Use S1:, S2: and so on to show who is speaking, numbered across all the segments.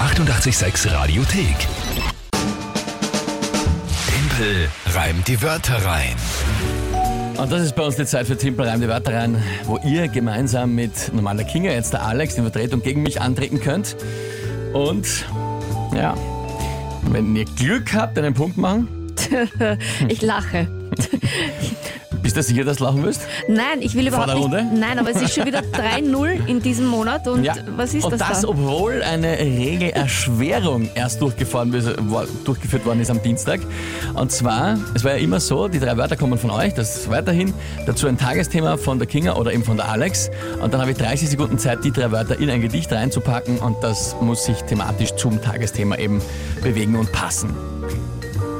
S1: 886 Radiothek. Tempel reimt die Wörter rein.
S2: Und das ist bei uns die Zeit für Timpel Reim die Wörter rein, wo ihr gemeinsam mit normaler Kinga, jetzt der Alex, in Vertretung gegen mich antreten könnt. Und ja, wenn ihr Glück habt, einen Punkt machen.
S3: Ich lache.
S2: Bist du sicher, dass du lachen willst?
S3: Nein, ich will überhaupt
S2: der
S3: nicht.
S2: Runde?
S3: Nein, aber es ist schon wieder 3-0 in diesem Monat und was ist
S2: Und
S3: das,
S2: das,
S3: da?
S2: obwohl eine Regelerschwerung erst durchgefahren wird- war- durchgeführt worden ist am Dienstag. Und zwar, es war ja immer so, die drei Wörter kommen von euch, das ist weiterhin. Dazu ein Tagesthema von der Kinga oder eben von der Alex. Und dann habe ich 30 Sekunden Zeit, die drei Wörter in ein Gedicht reinzupacken. Und das muss sich thematisch zum Tagesthema eben bewegen und passen.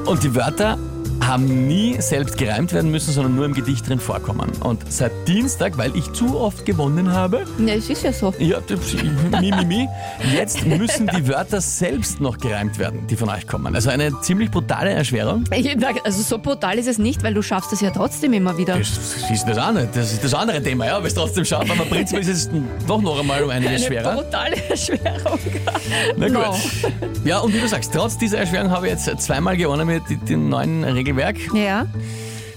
S2: Und die Wörter haben nie selbst gereimt werden müssen, sondern nur im Gedicht drin vorkommen. Und seit Dienstag, weil ich zu oft gewonnen habe,
S3: Ja, es ist ja so.
S2: ja, das- mi, mi, mi. Jetzt müssen die Wörter selbst noch gereimt werden, die von euch kommen. Also eine ziemlich brutale Erschwerung.
S3: Ich- na, Also so brutal ist es nicht, weil du schaffst es ja trotzdem immer wieder.
S2: Das ist das andere, das ist das andere Thema, ja, aber es trotzdem schafft. Aber prinzipiell ist es doch noch einmal um
S3: Eine
S2: einiges schwerer.
S3: brutale Erschwerung.
S2: Na gut.
S3: No.
S2: Ja, und wie du sagst, trotz dieser Erschwerung habe ich jetzt zweimal gewonnen mit di- dem neuen Regelwerk.
S3: Ja,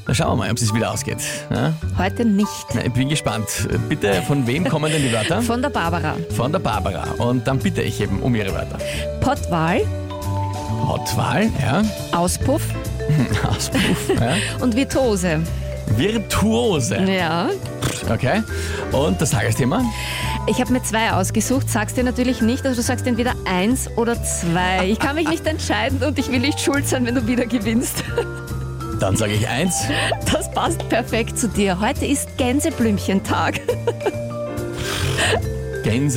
S2: Dann schauen wir mal, ob es wieder ausgeht. Ja?
S3: heute nicht.
S2: Na, Ich bin gespannt. Bitte, von wem kommen denn die Wörter?
S3: Von der Barbara.
S2: Von der Barbara. Und dann bitte ich eben um ihre Wörter.
S3: Pottwal,
S2: Hautwahl, ja.
S3: Auspuff
S2: Auspuff, ja.
S3: und Virtuose.
S2: Virtuose.
S3: Ja.
S2: Okay. Und das Tagesthema?
S3: Ich habe mir zwei ausgesucht, sagst dir natürlich nicht, also du sagst entweder eins oder zwei. Ich kann mich nicht entscheiden und ich will nicht schuld sein, wenn du wieder gewinnst.
S2: Dann sage ich eins.
S3: Das passt perfekt zu dir. Heute ist Gänseblümchentag.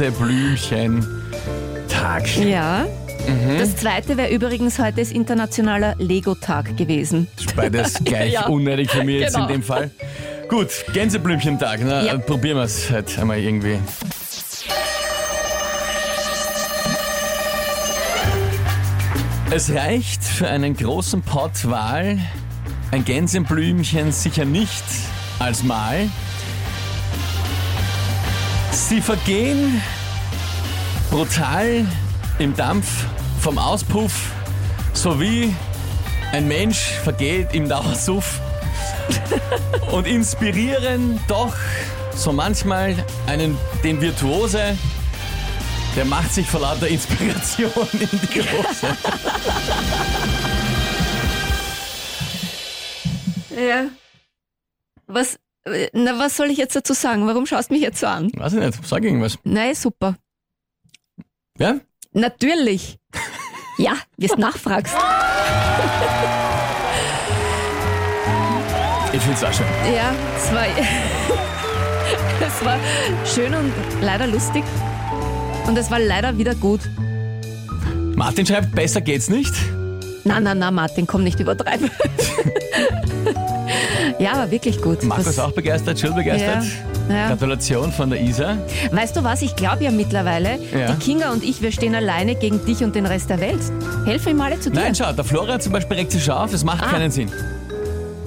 S2: Gänseblümchen. Tag.
S3: Ja. Das zweite wäre übrigens heute ist internationaler Lego-Tag gewesen.
S2: Beides gleich
S3: Ja.
S2: unnötig für mich jetzt
S3: Genau.
S2: in dem Fall. Gut, Gänseblümchentag. Na,
S3: Ja.
S2: äh, probieren wir es halt einmal irgendwie. Es reicht für einen großen Pott Wal ein Gänseblümchen sicher nicht als Mal. Sie vergehen brutal im Dampf vom Auspuff sowie ein Mensch vergeht im Dauersuff und inspirieren doch so manchmal einen, den Virtuose, der macht sich vor lauter Inspiration in die Hose.
S3: Ja. Was, äh, na, was soll ich jetzt dazu sagen? Warum schaust du mich jetzt so an?
S2: Weiß ich nicht, sag irgendwas.
S3: Nein, eh, super.
S2: Ja?
S3: Natürlich. Ja, wie es nachfragst.
S2: Ich find's auch schön.
S3: Ja, es war, es war schön und leider lustig. Und es war leider wieder gut.
S2: Martin schreibt, besser geht's nicht.
S3: Na, na, na, Martin, komm nicht übertreiben. ja, war wirklich gut.
S2: Markus
S3: Was-
S2: auch begeistert, Jill begeistert.
S3: Ja, ja.
S2: Gratulation von der Isa.
S3: Weißt du was? Ich glaube ja mittlerweile,
S2: Ja.
S3: die Kinga und ich, wir stehen alleine gegen dich und den Rest der Welt. Helfe ihm alle zu dir.
S2: Nein, schau, der Florian zum Beispiel regt sich schon auf, es macht
S3: Ah.
S2: keinen Sinn.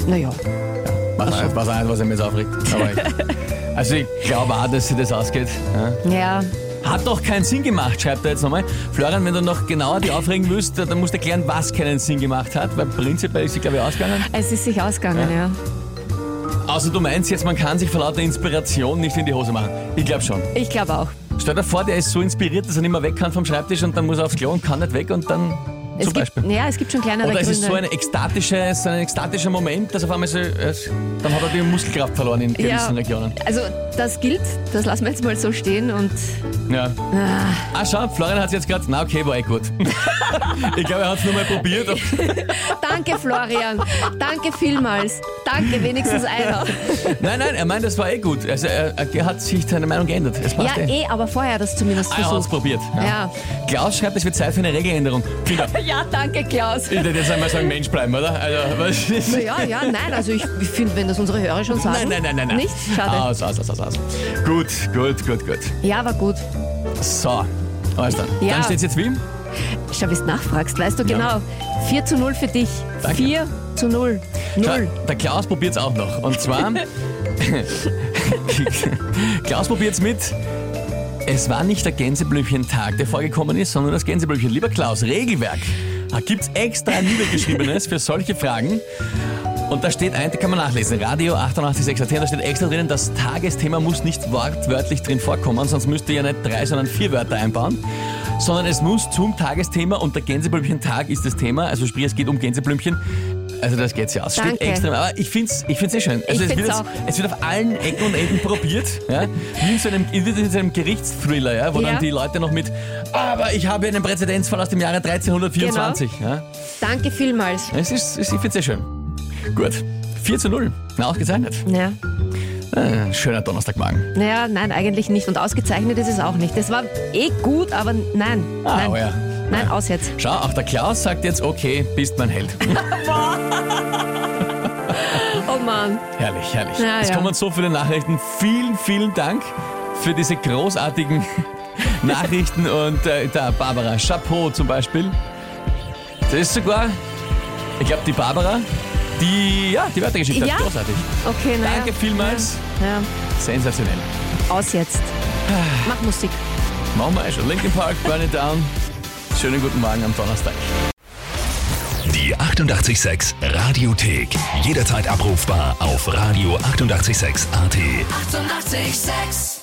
S3: Naja,
S2: Weiß auch nicht, weiß auch nicht, was er mir jetzt aufregt. Aber also ich glaube auch, dass sie das ausgeht. Ja.
S3: ja,
S2: Hat doch keinen Sinn gemacht, schreibt er jetzt nochmal. Florian, wenn du noch genauer die aufregen willst, dann musst du erklären, was keinen Sinn gemacht hat, weil prinzipiell ist sie, glaube ich, ausgegangen.
S3: es ist sich ausgegangen, ja.
S2: Außer du meinst jetzt, man kann sich vor lauter Inspiration nicht in die Hose machen. Ich glaube schon.
S3: Ich glaube auch.
S2: Stell dir vor, der ist so inspiriert, dass er nicht mehr weg kann vom Schreibtisch und dann muss er aufs Klo und kann nicht weg und dann
S3: Es
S2: zum
S3: gibt,
S2: Beispiel.
S3: ja, es gibt schon kleinere
S2: Oder es
S3: Gründe.
S2: ist so, eine ekstatische, so ein ekstatischer Moment, dass auf einmal so, äh, dann hat er die Muskelkraft verloren in gewissen
S3: ja,
S2: Regionen.
S3: Also das gilt, das lassen wir jetzt mal so stehen und
S2: Ja. Ah, schau, Florian hat es jetzt gerade, na okay, war eh gut. ich glaube, er hat es nur mal probiert. aber-
S3: danke Florian, danke vielmals, danke wenigstens einer.
S2: Nein, nein, er meint, das war eh gut. Also er, er hat sich seine Meinung geändert. Es
S3: Ja
S2: passt eh.
S3: eh, aber vorher das zumindest
S2: Ah, er hat es
S3: versucht.
S2: probiert.
S3: Ja.
S2: Klaus schreibt, es wird Zeit für eine Regeländerung. Kinder,
S3: Ja, danke Klaus.
S2: ich würde jetzt einmal sagen, Mensch bleiben, oder? Also, was ist?
S3: Ja, ja, nein, also ich, ich finde, wenn das unsere Hörer schon sagen.
S2: Nein, nein, nein, Ah. nein, nein.
S3: Nicht? Schade.
S2: Aus, aus, aus, aus, aus. Gut, gut, gut, gut.
S3: Ja, war gut.
S2: So, alles dann.
S3: Ja.
S2: Dann steht jetzt wie?
S3: Schau, wie du nachfragst, weißt du genau. 4 zu 0 für dich.
S2: Danke.
S3: 4 zu 0. Null.
S2: Kla- Der Klaus probiert es auch noch. Und zwar, Klaus probiert es mit, Es war nicht der Gänseblümchen-Tag, der vorgekommen ist, sondern das Gänseblümchen. Lieber Klaus, Regelwerk. Da gibt's extra niedergeschriebenes für solche Fragen. Und da steht ein, da kann man nachlesen, Radio 886 AT, da steht extra drinnen, das Tagesthema muss nicht wortwörtlich drin vorkommen, sonst müsst ihr ja nicht drei, sondern vier Wörter einbauen, sondern es muss zum Tagesthema und der Gänseblümchen-Tag ist das Thema, also sprich, es geht um Gänseblümchen. Also das geht's ja aus. Steht
S3: Danke.
S2: extra, aber ich find's, ich find's eh schön. Also
S3: Ich
S2: es, wird
S3: find's
S2: jetzt, es wird auf allen Ecken und Enden probiert, ja? wie in so einem, in in so einem Gerichtsthriller, ja? wo
S3: Ja.
S2: dann die Leute noch mit, aber ich habe einen Präzedenzfall aus dem Jahre 1324.
S3: Genau.
S2: Ja?
S3: Danke vielmals.
S2: Es ist, es- ich finde es sehr schön. Gut. 4 zu 0. Na, ausgezeichnet.
S3: Ja.
S2: Äh,
S3: Ah.
S2: ein schöner Donnerstagmorgen.
S3: Naja, nein, eigentlich nicht. Und ausgezeichnet ist es auch nicht. Das war eh gut, aber nein.
S2: Ah,
S3: nein.
S2: oh ja.
S3: Nein, aus jetzt.
S2: Schau, auch der Klaus sagt jetzt, okay, bist mein Held.
S3: Oh Mann.
S2: herrlich, herrlich.
S3: Ja,
S2: es
S3: ja.
S2: kommen so viele Nachrichten. Vielen, vielen Dank für diese großartigen Nachrichten. Und äh, da Barbara Chapeau zum Beispiel. Das ist sogar, ich glaube, die Barbara, die, ja, die Wörtergeschichte
S3: Ja.
S2: hat. Großartig.
S3: Okay, naja.
S2: Danke vielmals.
S3: Ja.
S2: Sensationell.
S3: Aus jetzt.
S2: Ah.
S3: Mach Musik.
S2: Machen wir eh schon. Linkin Park, Burn It Down. Schönen guten Morgen am Donnerstag.
S1: Die 886 Radiothek. Jederzeit abrufbar auf radio886.at. 886! 886.
S4: 886